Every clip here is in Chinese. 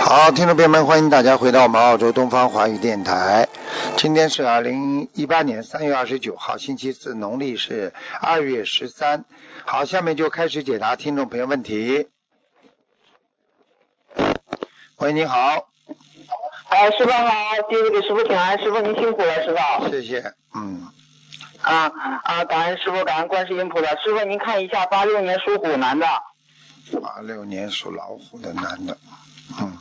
好，听众朋友们，欢迎大家回到我们澳洲东方华语电台。今天是二零一八年三月二十九号，星期四，农历是二月十三。好，下面就开始解答听众朋友问题。喂，你好，哎，师傅好，弟子给师傅请安，师傅您辛苦了，师傅。谢谢。嗯，啊啊，感恩师傅，感恩观世音菩萨。师傅您看一下，八六年属虎男的，八六年属老虎的男的，嗯，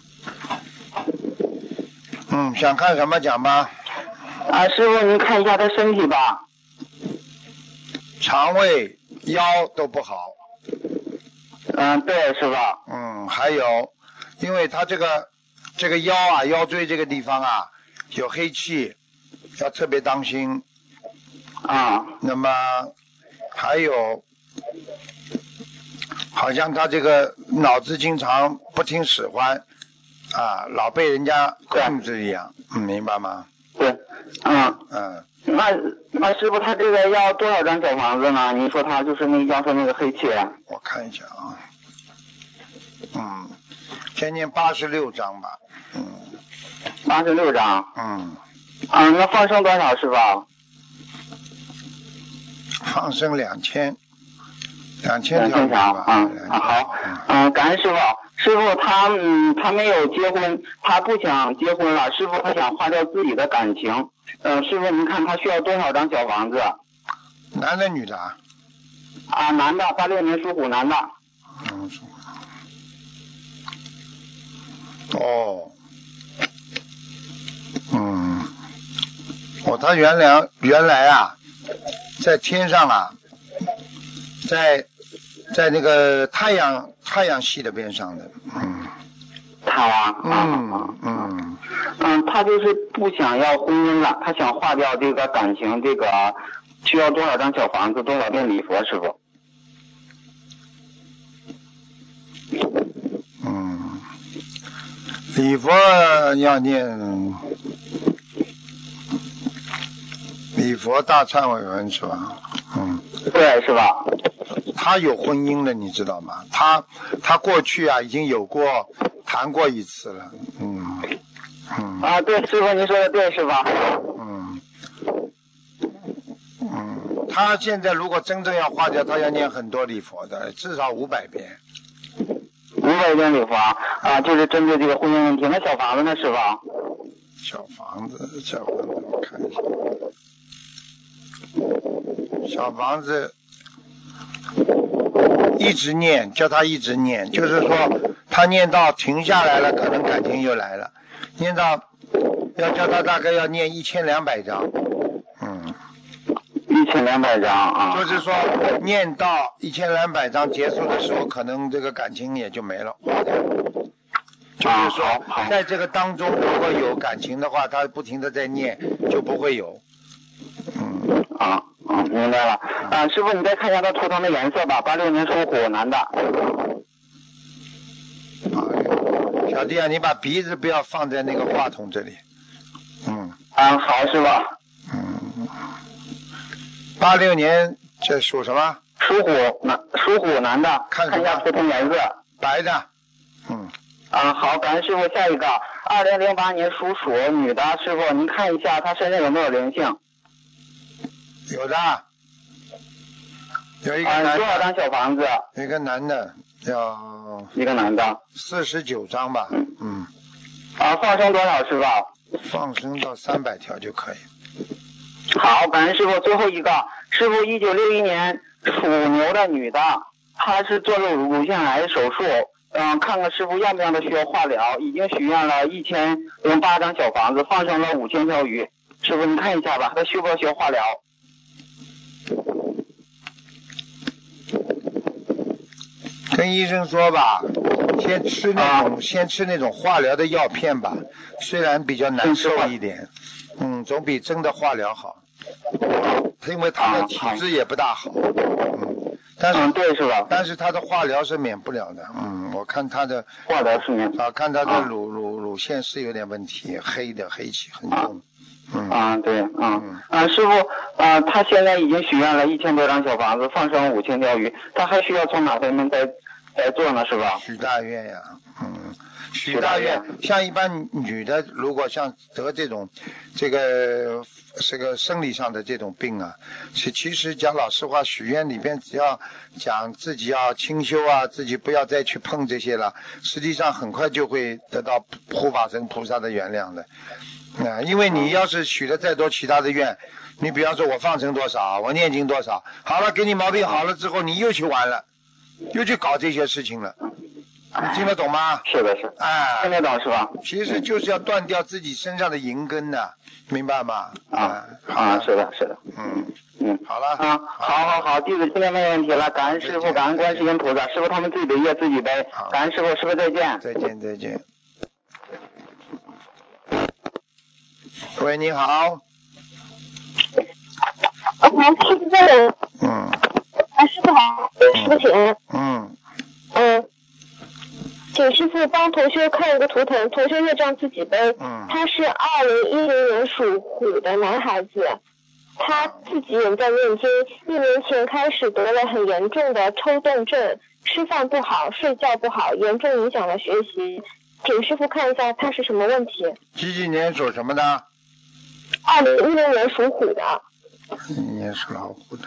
嗯，想看什么讲吧？啊，师傅您看一下他身体吧。肠胃、腰都不好，嗯，对，师傅。嗯，还有，因为他这个这个腰啊，腰椎这个地方啊，有黑气，要特别当心。啊那么还有，好像他这个脑子经常不听使唤，啊，老被人家控制一样，嗯明白吗？对，嗯，嗯，那那师傅他这个要多少张小房子呢？您说他就是那要说那个黑气，我看一下啊，嗯，先念八十六章吧，嗯八十六张。嗯，啊，那放生多少，师傅？放生两千，两千两条千鱼条吧，啊两千，啊好嗯，嗯，感恩师傅。师傅他嗯，他没有结婚，他不想结婚了。师傅他想花掉自己的感情。嗯，师傅您看他需要多少张小房子？男的女的啊？啊，男的，八六年属虎男的。嗯哦，嗯，哦，他原来原来啊，在天上啊，在在那个太阳太阳系的边上的，嗯他呀，啊嗯嗯，嗯，他就是不想要婚姻了，他想化掉这个感情，这个需要多少张小房子，多少遍礼佛，师傅？嗯，礼佛要念嗯礼佛大忏悔文是吧？嗯。对，是吧？他有婚姻了，你知道吗？他他过去啊已经有过谈过一次了，嗯嗯啊，对，师傅您说的对，是吧？嗯嗯，他现在如果真正要化掉，他要念很多礼佛的，至少五百遍。五百遍礼佛啊，啊，就是针对这个婚姻问题。那小房子呢，师傅？小房子，小房子，我看一下，小房子一直念，叫他一直念，就是说他念到停下来了，可能感情又来了，念到要叫他大概要念一千两百章，嗯，一千两百张啊，就是说念到一千两百章结束的时候，可能这个感情也就没了。就是啊说好，好在这个当中，如果有感情的话，他不停的在念，就不会有。嗯，啊，啊，明白了。啊，师傅，你再看一下他图腾的颜色吧，八六年属虎男的。好小弟啊，你把鼻子不要放在那个话筒这里。嗯啊，好，师傅，嗯，八六年这属什么？属虎男，属虎男的，看什么一下图腾颜色。白的。嗯，啊，好，感恩师傅。下一个，二零零八年属鼠女的，师傅您看一下她身上有没有灵性？有的，有一个啊，男多少的，张小房子？有一个男的要一个男的。四十九张吧。嗯，啊，放生多少，师傅？放生到三百条就可以。好，感恩师傅。最后一个，师傅，一九六一年属牛的女的，她是做了乳腺癌手术，嗯，看看师傅要不要的需要化疗，已经许愿了一千零八张小房子，放生了五千条鱼。师傅，你看一下吧，她需不需要化疗？跟医生说吧，先吃那种、先吃那种化疗的药片吧，虽然比较难受一点，嗯，总比真的化疗好，因为他的体质也不大啊好，嗯，但嗯，是对，是吧？但是他的化疗是免不了的，嗯，我看他的化疗是您。啊，看他的乳乳乳腺是有点问题，黑的黑气很重，嗯，啊，对，嗯嗯，啊，师傅，啊，她现在已经许愿了一千多张小房子，放生五千条鱼，她还需要从哪方面再再做呢，是吧？许大愿呀，嗯，啊许大愿，像一般女的，如果像得这种这个这个生理上的这种病啊，其其实讲老实话，许愿里边只要讲自己要清修啊，自己不要再去碰这些了，实际上很快就会得到护法神菩萨的原谅的。啊、因为你要是许了再多其他的愿，你比方说我放生多少，我念经多少，好了，给你毛病好了之后，你又去玩了，又去搞这些事情了，你听得懂吗？ 是的，是的。哎，听得懂是吧？其实就是要断掉自己身上的银根呐、明白吗？哎啊好了啊，是的，是的。嗯，嗯。好了，啊，好好好，弟子今天没问题了，感恩师傅，感恩观世音菩萨，师傅他们自己的业自己背好，感恩师傅，师傅再见。再见，再见。喂，你好，啊，师傅在哪？嗯啊，师傅好，师傅请。嗯，嗯，请师傅帮同学看一个图腾，同学业障自己背。嗯他是二零一零年属虎的男孩子，他自己也在念经，一年前开始得了很严重的抽动症，吃饭不好，睡觉不好，严重影响了学习。请师傅看一下他是什么问题。几几年属什么的？二零一零年属虎的，今年属老虎的。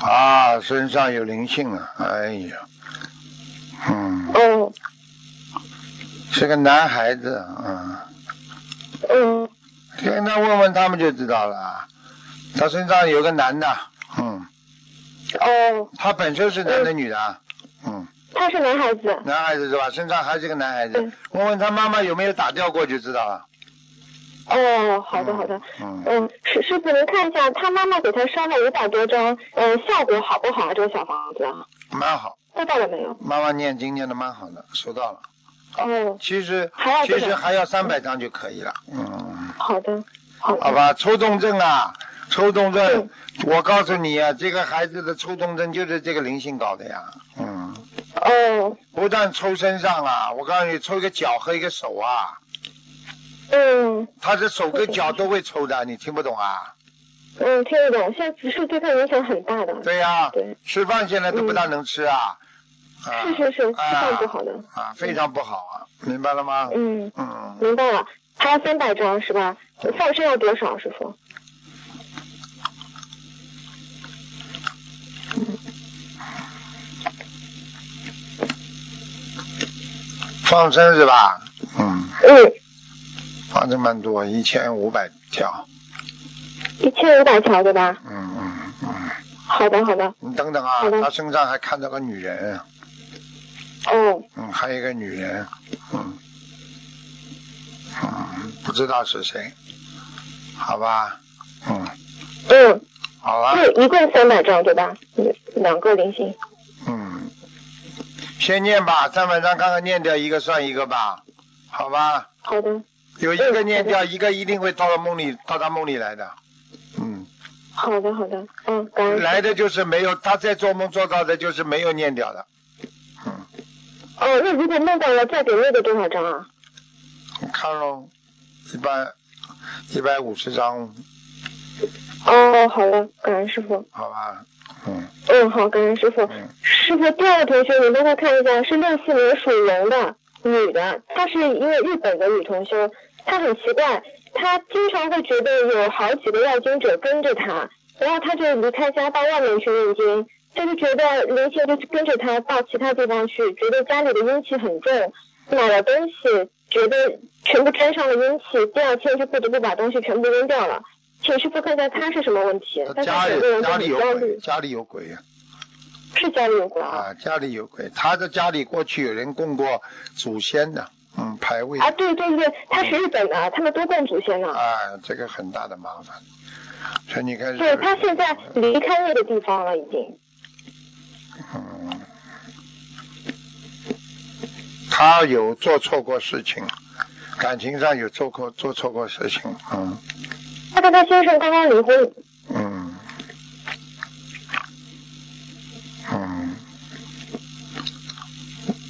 啊，身上有灵性啊！哎呀，嗯，嗯是个男孩子啊，嗯跟他问问他们就知道了。他身上有个男的，嗯，哦，他本身是男的女的啊，嗯，他是男孩子。男孩子是吧？身上还是个男孩子嗯，问问他妈妈有没有打掉过就知道了。哦，好的好的，嗯嗯，师师傅您看一下，他妈妈给他烧了五百多张，嗯，效果好不好啊？这个小房子蛮好，收到了没有？妈妈念经念的蛮好的，收到了。哦，其实还要其多实少？还要三百张就可以了，嗯。好的，好的，好吧，抽动症啊，抽动症嗯，我告诉你啊，这个孩子的抽动症就是这个灵性搞的呀。嗯，哦，不但抽身上啊，我告诉你，抽一个脚和一个手啊，嗯他的手跟脚都会抽的，你听不懂啊？嗯，听得懂，现在指数对他影响很大的，对呀、对吃饭现在都不大能吃啊。啊是是是，吃饭不好的，啊，非常不好啊，明白了吗？嗯，嗯，明白了，还要三百张是吧？放生要多少，师傅？放生是吧？嗯，嗯，放生蛮多，一千五百条。一千五百条对吧？嗯嗯嗯，好的好的，你等等啊好，的他身上还看到个女人。哦，嗯，还有一个女人，嗯，嗯，不知道是谁，好吧，嗯，嗯，好了，是一共三百张对吧？嗯两个零星。嗯，先念吧，三百张看看念掉一个算一个吧，好吧，好的，有一个念掉，一个一定会到他梦里，到他梦里来的，嗯，好的，好的，嗯，感恩。来的就是没有，他再做梦做到的就是没有念掉的，嗯，哦，那如果梦到了，再给那个多少张啊？你看喽，一百一百五十张，哦，好的，感恩师傅。好吧，嗯嗯，好，感恩师傅。嗯，师傅，第二个同学，你帮他看一下，是六四年属龙的女的，她是一位日本的女同修，她很奇怪，她经常会觉得有好几个要经者跟着她，然后她就离开家到外面去念经，她就觉得灵性就跟着她到其他地方去，觉得家里的阴气很重，买了东西觉得全部沾上了阴气，第二天就不得不把东西全部扔掉了。请师傅看一下她是什么问题？他她家整个里人都家里很有焦鬼，虑，家里有鬼啊呀是家里有鬼啊？啊！家里有鬼，他的家里过去有人供过祖先的，嗯，牌位嗯啊，对对对，他是日本啊的，他们都供祖先呢。啊，这个很大的麻烦。所以你看，对他现在离开那个地方了，已经。嗯，他有做错过事情，感情上有做过做错过事情，嗯他跟他先生刚刚离婚。嗯嗯，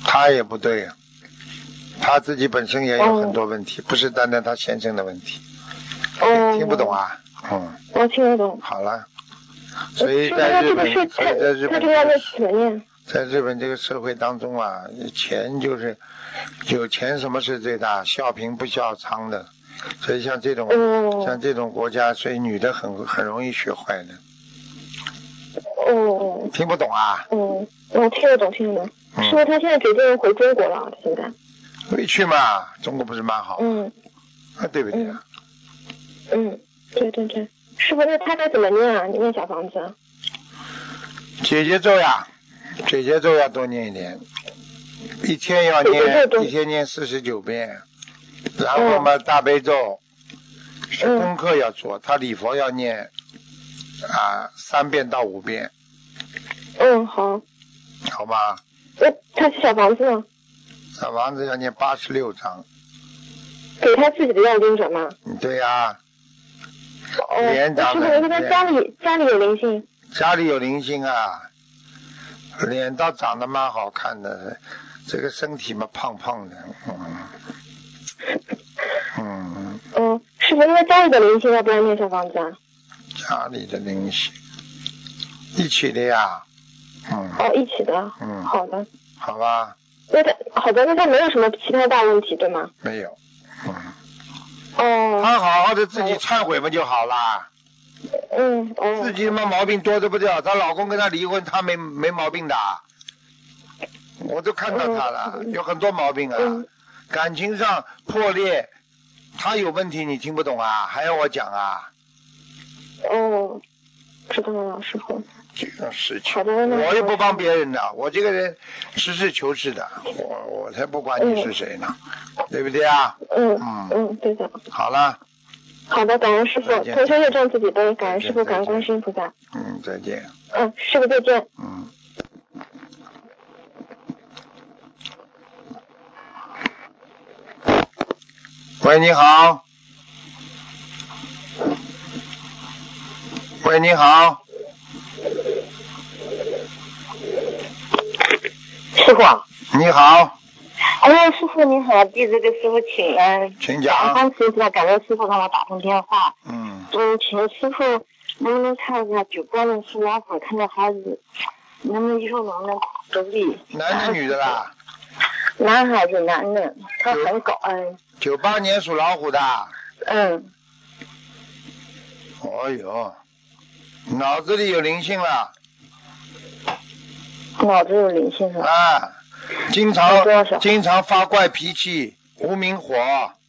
他也不对呀、他自己本身也有很多问题，不是单单他先生的问题。哦。听不懂。啊？嗯，我听得懂。好了。所以师傅，在他日这个本是，所呃他以在日他本这个要念怎么念？在日本这个社会当中啊，钱就是有钱，什么是最大？笑贫不笑娼的，所以像这种、哦像这种国家，所以女的很很容易学坏的。哦听不懂啊？哦，我听得懂，听得懂。嗯师傅他现在决定回中国了，现在。回去嘛，中国不是蛮好嗯啊？对不对啊？嗯，对对对。师傅，那他该怎么念啊？你念小房子。姐姐咒呀，姐姐咒要多念一点，一天要姐姐咒念多一天念四十九遍，然后嘛大悲咒，是嗯功课要做，他礼佛要念啊三遍到五遍，嗯，好。好吗？那他小房子呢？小房子要念八十六章，给他自己的要经者吗？对呀、哦，连那长师傅，的您说他家里家里有灵性。家里有灵性啊，脸倒长得蛮好看的，这个身体嘛胖胖的，嗯，嗯，嗯，师傅，因为家里的灵性要不要念小房子啊？家里的灵性，一起的呀，嗯哦，一起的。嗯，好的。好吧，那他好的，那他没有什么其他大问题，对吗？没有，嗯，哦，他好好的自己忏悔不就好啦？嗯，哦，自己嘛毛病多的不得了，她老公跟她离婚，她没没毛病的，我都看到她了，嗯有很多毛病啊。嗯，感情上破裂，他有问题，你听不懂啊？还要我讲啊？哦，知道了，师傅。这种事情好，的，那我又不帮别人的，我这个人实事求是的，我我才不管你是谁呢，对不对啊？嗯嗯嗯，对的。好了，好的，感恩师傅再，见同学业障自己背，感恩师再傅，见感恩观世音菩萨。嗯，再见，嗯，师傅再见。嗯。喂，你好。喂，你好。师傅，啊你好，哎呀，师傅您好，弟子给师傅请安，请感讲。恩师傅，感恩师傅让我打通电话。嗯，嗯，请师傅能不能看一下九八年属老虎看的孩子，能不能一说能不能得力？男的女的啦？ 男孩子，男的，他很高，嗯九八年属老虎的。嗯，哦呦，脑子里有灵性了脑子有灵性是吧？啊！经嗯有多少常经常发怪脾气，无名火。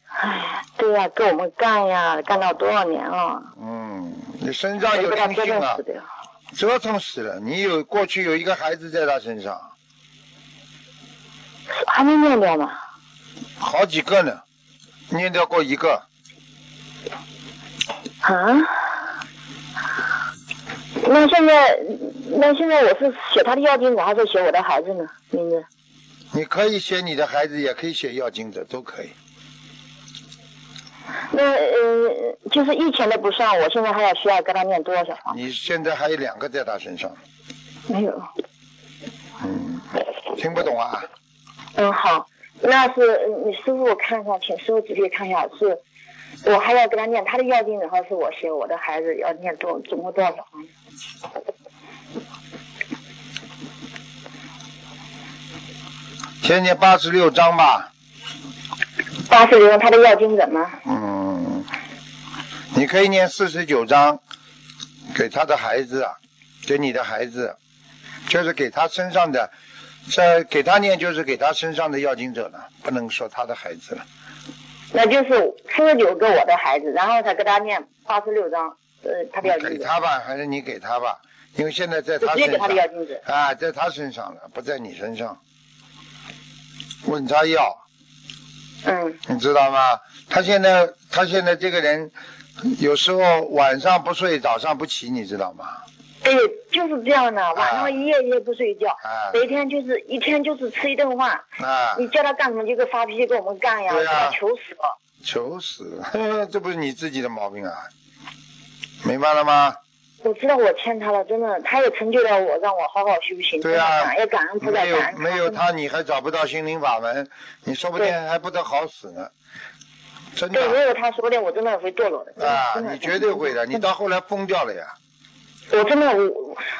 哎，对呀、跟我们干呀，干到多少年了？嗯，你身上谁有给他灵折性腾了死，的？折腾死了。你有过去有一个孩子在他身上，还没念掉呢。好几个呢，念掉过一个。啊？那现在，那现在我是写他的要经者，还是写我的孩子呢？名字？你可以写你的孩子，也可以写要经者，都可以。那呃，就是以前的不算，我现在还要需要跟他念多少小房？你现在还有两个在他身上，没有。嗯，听不懂啊？嗯，好，那是嗯你师傅我看一下，请师傅仔细看一下，是我还要跟他念他的要经者，还是我写我的孩子要念多总共多少小房？先念八十六章吧。八十零他的要经者吗？嗯，你可以念四十九章，给他的孩子，啊，给你的孩子，就是给他身上的，这给他念就是给他身上的要经者了，不能说他的孩子了。那就是四十九个我的孩子，然后才跟他念八十六张，呃，他的要给经者。他吧，还是你给他吧，因为现在在直他接身给他的要上经者。啊，在他身上了，不在你身上。问他要，嗯你知道吗？他现在他现在这个人，有时候晚上不睡，早上不起，你知道吗？，对，就是这样的，晚啊上一夜一夜不睡觉，啊白天就是一天就是吃一顿饭，啊，你叫他干什么就给发脾气跟我们干呀，对给啊他求死了。求死， 这不是你自己的毛病啊，明白了吗？我知道我欠他了，真的，他也成就了我，让我好好修行，对啊真的感也感恩菩萨，没有感恩没有他，你还找不到心灵法门，你说不定对还不得好死呢，真对，没的有他说不定我真的会堕落的。真的啊真，的你绝对会的，你到后来疯掉了呀，我真的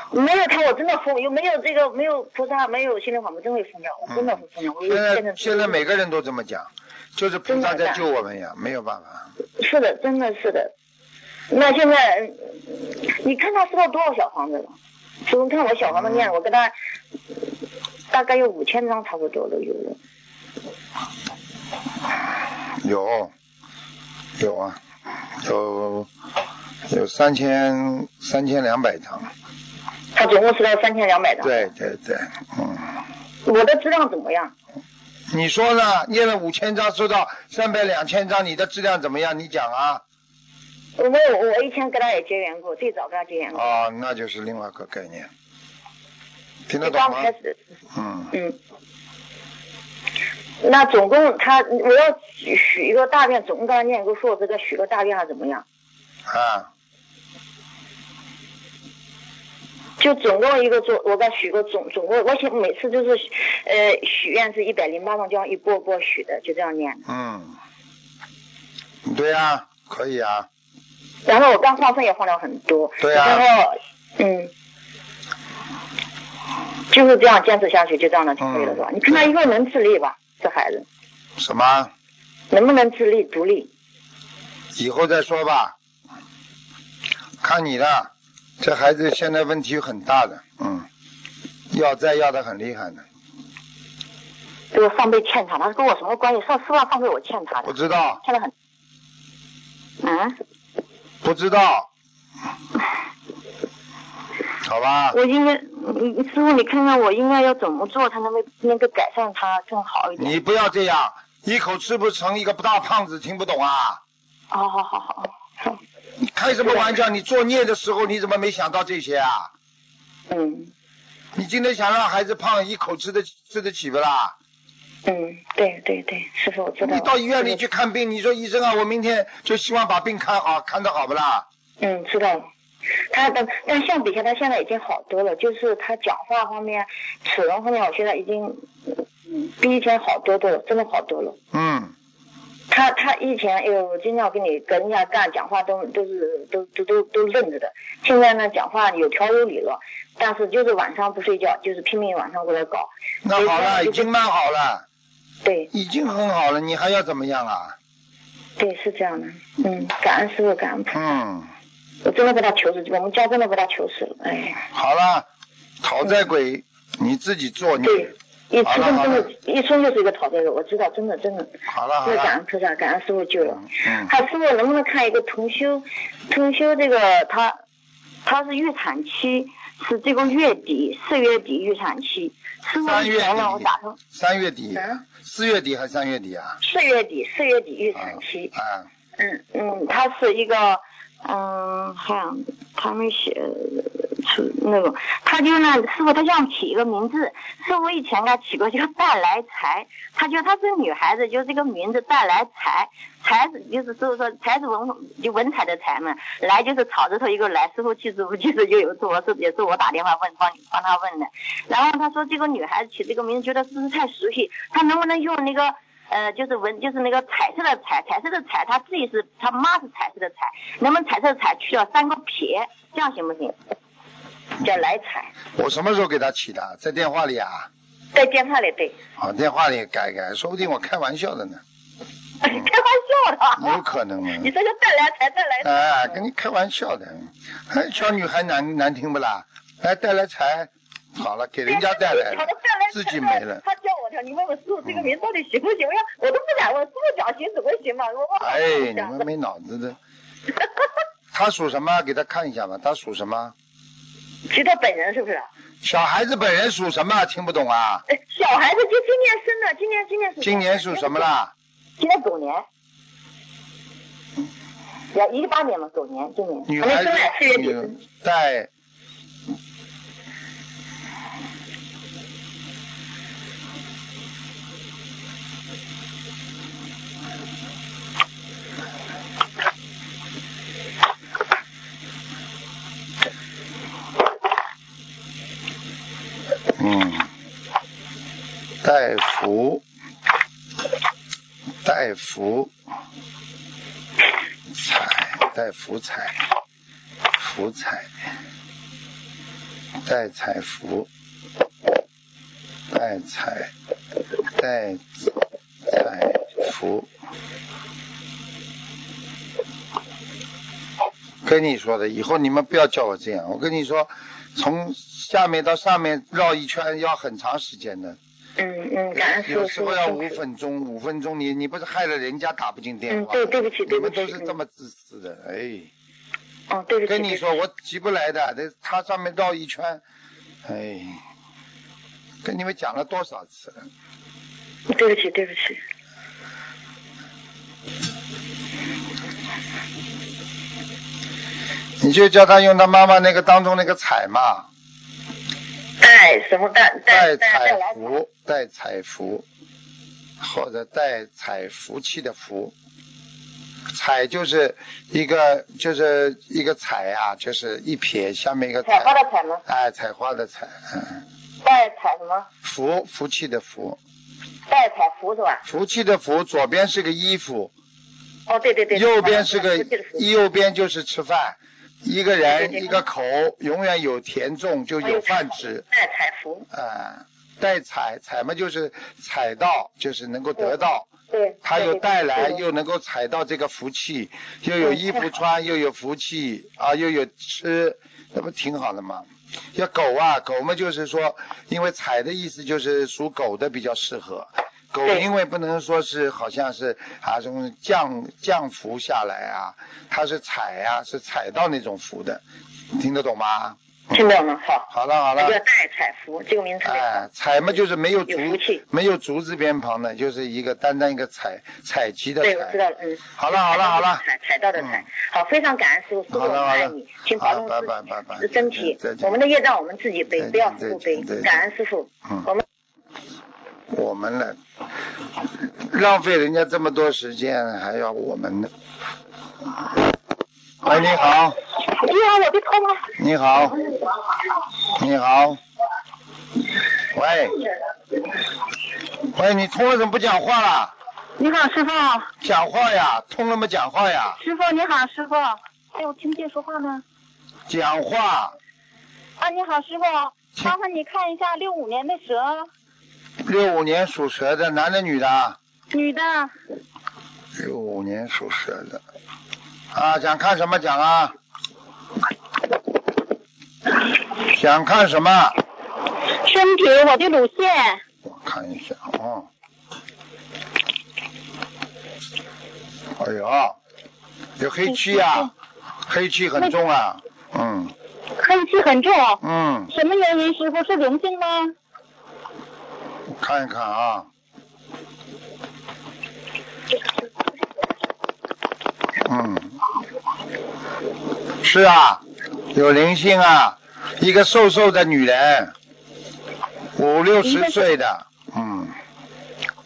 我没有他，我真的疯，又没有这个没有菩萨，没有心灵法门，真会疯掉，我真的会疯掉。嗯我现变在成现在每个人都这么讲，就是菩萨在救我们呀，没有办法。是的，真的是的。那现在嗯你看他烧了多少小房子了？从看我小房子嗯念，我跟他大概有五千张差不多都有了。有，有啊，有有三千三千两百张，他总共是到三千两百张。对对对，嗯，我的质量怎么样？你说呢？念了五千张，收到三百两千张，你的质量怎么样？你讲啊？我有，我以前跟他也结缘过，最早跟他结缘过。啊，那就是另外一个概念，听得就懂刚吗开？始，嗯，嗯。那总共他，我要许一个大愿，总共跟他念，给我说我这个许个大愿还怎么样？啊，就总共一个总，我给他许个总总共，我想每次就是，呃，许愿是一百零八张，这样一波一波许的，就这样念。嗯，对呀、可以啊，然后我刚放生也放了很多，对啊然后嗯，就是这样坚持下去，就这样的就可以了，是吧？嗯你看他以后能自立吧，这孩子什么？能不能自立独立？以后再说吧，看你的，这孩子现在问题很大的，嗯，要债要的很厉害的，这个上辈欠他，他跟我什么关系？上是不是上辈我欠他不的？知道，欠的很。啊，不知道，好吧，我应该，你你师傅，你看看我应该要怎么做才能够能够改善他更好一点？你不要这样，一口吃不成一个大胖子，听不懂啊？哦好好好好，你开什么玩笑？你作孽的时候你怎么没想到这些啊？嗯你今天想让孩子胖，一口吃得吃得起不啦？嗯，对对对，师傅我知道了。你到医院里去看病，你说医生啊，我明天就希望把病看好，看得好不啦？嗯，知道了。他但但相比下，他现在已经好多了，就是他讲话方面、齿轮方面，我现在已经嗯比以前好多多了，真的好多了。嗯。他他以前哎呦，我经常跟你跟人家干，讲话都都是都都都都愣着的。现在呢，讲话有条有理了，但是就是晚上不睡觉，就是拼命晚上过来搞。那好了，已经蛮好了，对已经很好了，你还要怎么样啊？对，是这样的。嗯，感恩师傅，感恩菩萨嗯，我真的被他求死，我们家真的被他求死了。哎，好了，讨债鬼你自己做孽。对，一出生好了真好的了，一生就是一个讨债的，我知道，真的真的。好了好那感了，恩菩萨，感恩师傅救了。嗯，还有师傅能不能看一个同修？同修这个他他是预产期，是这个月底四月底预产期。师傅三月前让我底打通三月底嗯，四月底还是三月底啊？四月底四月底预啊产期。啊，嗯嗯，他是一个嗯，像他们写出那种，他就呢，师傅他想起一个名字，师傅以前给他起过叫带来财，他觉得她是女孩子，就这个名字带来财，财子就是就是说才子文就文采的才嘛，来就是草字头一个来，师傅去师傅去师就有一次我是也是我打电话问帮你帮他问的，然后他说这个女孩子起这个名字觉得是不是太熟悉，他能不能用那个。呃，就是文，就是那个彩色的彩，彩色的彩，他自己是他妈是彩色的彩，能不能彩色的彩去掉三个撇，这样行不行？叫来彩，我什么时候给他起的？在电话里啊？在电话里对， 啊，电话里改改，说不定我开玩笑的呢，开玩笑的。啊有可能你呢。这叫带来财，带来财。哎，跟你开玩笑的，哎，小女孩难难听不啦？哎，带来财，好了，给人家带来他了的带来，自己没 了。他叫我的，你问问师傅这个名到底行不行？我要我都不敢问，师傅讲行怎么行嘛？我忘了。哎，你们 没脑子的。他属什么？给他看一下吧。他属什么？是他本人是不是？小孩子本人属什么？听不懂啊？哎小孩子就今年生的，今年今年是。今年属什么？啦？今年狗年。呀，一八年嘛，狗年，今年。女还孩没生呢，四月子，底。女带嗯，带福，带福，彩，带福彩，福彩，带财福，带财，带财福，跟你说的，以后你们不要叫我这样。我跟你说，从下面到上面绕一圈要很长时间的，嗯嗯，感恩师有傅，时师傅候要五辛苦。分钟，五分钟你你不是害了人家打不进电嗯，话？对，对不起，你对不们起，都是这嗯么自私的，哎。哦，对不起，跟对你不说，起我急不来的，这它上面绕一圈，哎，跟你们讲了多少次了？对不起，对不起。你就叫他用他妈妈那个当中那个彩嘛，带什么带带带带带彩来福，带彩福，或者带彩福气的福。彩就是一个就是一个彩啊，就是一撇下面一个采彩，花的采吗？哎，采花的彩，嗯，带采什么？福福气的福，带采福是吧？福气的福，左边是个衣服，哦，对对对。右边是个福气的福右边就是吃饭，一个对人对对哎一个口，永远有田种就有饭吃带采福，啊。带采采嘛就是采到，就是能够得到，对。他对又对带来对对又能够采到这个福气，又有衣服穿，又有福气啊，又有吃，那不挺好的吗？要狗啊，狗嘛就是说，因为采的意思就是属狗的比较适合。狗对因为不能说是好像是啊什么降降福下来啊，它是采啊，是采到那种福的，听得懂吗？听到吗？好。好了好了那，叫带采福，这个名字。哎，采嘛就是没有竹有福气没有竹字边旁的，就是一个单单一个采采集的对，我采。知道了，嗯。好了好了好了，采采到的采嗯，好，非常感恩师傅，师傅好了我们好爱了你，，请保好，重拜自拜己拜拜，身体体，我们的业障我们自己再背，见不要师傅背再见再见，感恩师傅嗯，我们我们呢，浪费人家这么多时间，还要我们呢。喂，你好，你好，我被通了。你好，你好，喂，喂，你通了怎么不讲话啦？你好，师傅。讲话呀，通了吗？讲话呀，师傅你好，师傅。哎，我听不见说话呢。讲话。啊，你好，师傅，麻烦你看一下六五年的蛇，六五年属蛇的，男的女的啊？女的，六五年属蛇的，啊，想看什么讲啊？想看什么？身体我的乳腺，我看一下啊。哎呀，有黑气啊，黑气很重啊。嗯黑气很重，嗯，什么原因？师傅是灵性吗？我看一看啊。嗯，是啊，有灵性啊，一个瘦瘦的女人，五六十岁的，嗯，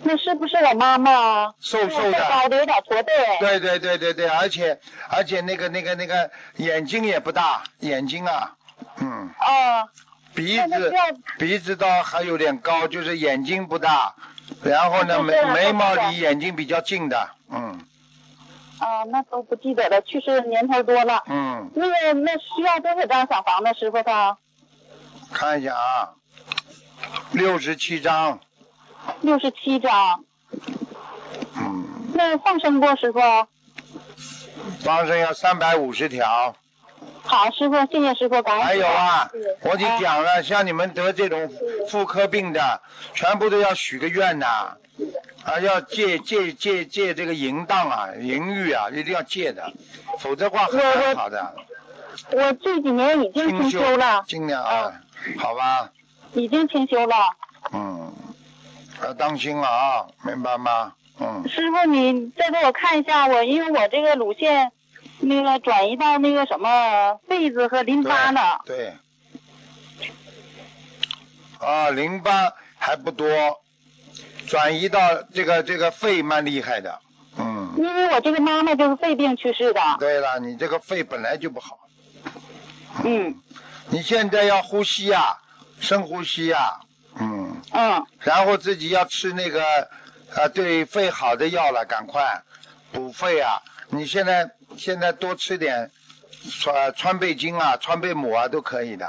那是不是我妈妈？瘦瘦个的，高的有点驼背。对对对对对，而且而且那个那个那个眼睛也不大，眼睛啊，嗯，啊，鼻那那子需要鼻子倒还有点高，就是眼睛不大，然后呢啊对眉对了眉毛对对离眼睛比较近的，嗯啊，那都不记得了，去世年头多了。嗯，那个那需要多少张小房子，师傅他？看一下啊，六十七张，六十七张。嗯，那放生过师傅？方生要三百五十条，好，师傅，谢谢师傅，感恩。还有啊，我已经哎讲了，像你们得这种妇科病的，全部都要许个愿呐、啊，要戒戒戒戒这个淫荡啊、淫欲啊，一定要戒的，否则话很我难我好的。我这几年已经清修了，尽量啊，好吧，已经清修了。嗯，要当心了啊，明白吗？嗯，师傅，你再给我看一下我，因为我这个乳腺那个转移到那个什么肺子和淋巴了。对。啊，淋巴还不多，转移到这个这个肺蛮厉害的，嗯。因为我这个妈妈就是肺病去世的。对了，你这个肺本来就不好，嗯你现在要呼吸呀、深呼吸呀、嗯，嗯然后自己要吃那个啊对肺好的药了，赶快补肺啊！你现在呃现在多吃点川川贝精啊、川贝母啊都可以的，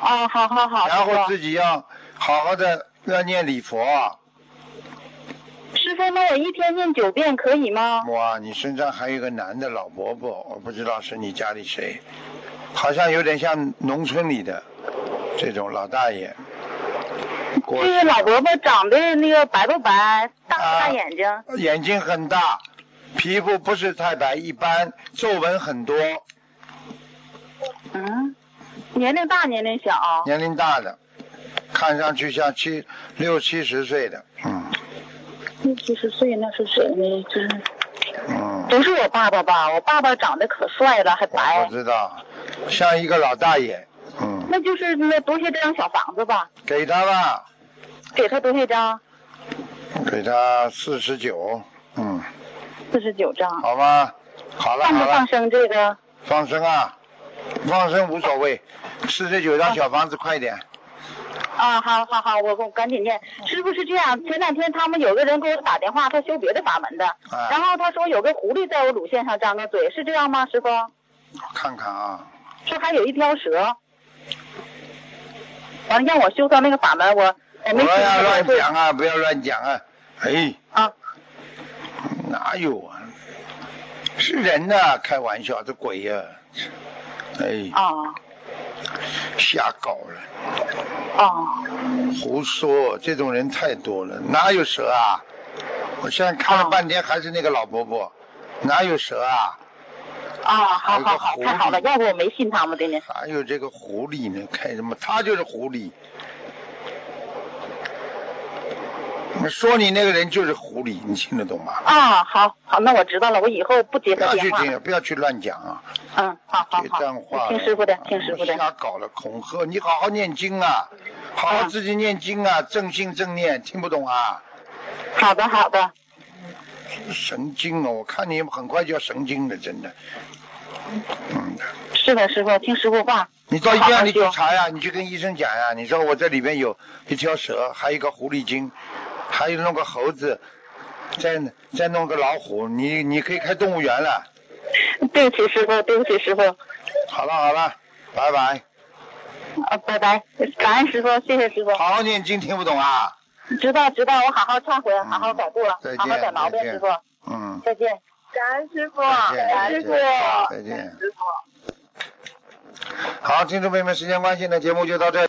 啊，好好好，然后师自己要好好的要念礼佛啊。傅，师傅，那我一天念九遍可以吗？哇，你身上还有一个男的老伯伯，我不知道是你家里谁，好像有点像农村里的这种老大爷。这果个老伯伯长得那个白不白，大不啊大眼睛？眼睛很大，皮肤不是太白，一般皱纹很多，嗯，年龄大，年龄小。年龄大的，看上去像七六七十岁的，嗯六七十岁那嗯是谁呢？这是嗯，不是我爸爸吧？我爸爸长得可帅了，还我白不。知道，像一个老大爷，嗯，那就是那多些张小房子吧，给他吧，给他多些张，给他四十九，嗯，四十九张。好吧，好了啊放好不了放，生这个？放生啊，放生无所谓，四十九张小房子快点，啊，好好好，我我赶紧念。师傅是这样，前两天他们有个人给我打电话，他修别的法门的，啊然后他说有个狐狸在我乳腺上张着嘴，是这样吗，师傅？我看看啊，说还有一条蛇，完了让我修到那个法门，我我不没听要过乱我讲啊，不要乱讲啊，哎。啊，哪有啊？是人呐、开玩笑，这鬼呀、哎，哦瞎搞了，哦胡说！这种人太多了，哪有蛇啊？我现在看啊了半天，还是那个老伯伯，哪有蛇啊？哦，好好好还有，个狐狸太好了，要不我没信他们的呢。还有这个狐狸呢？开什么？他就是狐狸。我说你那个人就是狐狸，你听得懂吗？啊，好好，那我知道了，我以后不接不他要电去话。听，不要去乱讲啊！嗯，好啊好这段话了，好，听师傅的，听师傅的。瞎搞了，恐吓你，好好念经啊，好好自己念经啊，正心正念，听不懂啊？好的好的，神经哦，我看你很快就要神经了，真的。嗯，是的，师傅，听师傅话。你到医院里去好好修查呀，你去跟医生讲呀，你说我这里面有一条蛇，还有一个狐狸精，还有弄个猴子，再再弄个老虎，你你可以开动物园了。对不起，师傅，对不起，师傅，好了好了，拜拜，啊，拜拜，感恩师傅，谢谢师傅。好好念经，听不懂啊？知道知道，我好好忏悔，好好改过，再见好好改毛病，再见师傅，嗯，再见。感恩师傅，再见，再见。师傅。好，听众朋友们，时间关系呢，节目就到这里。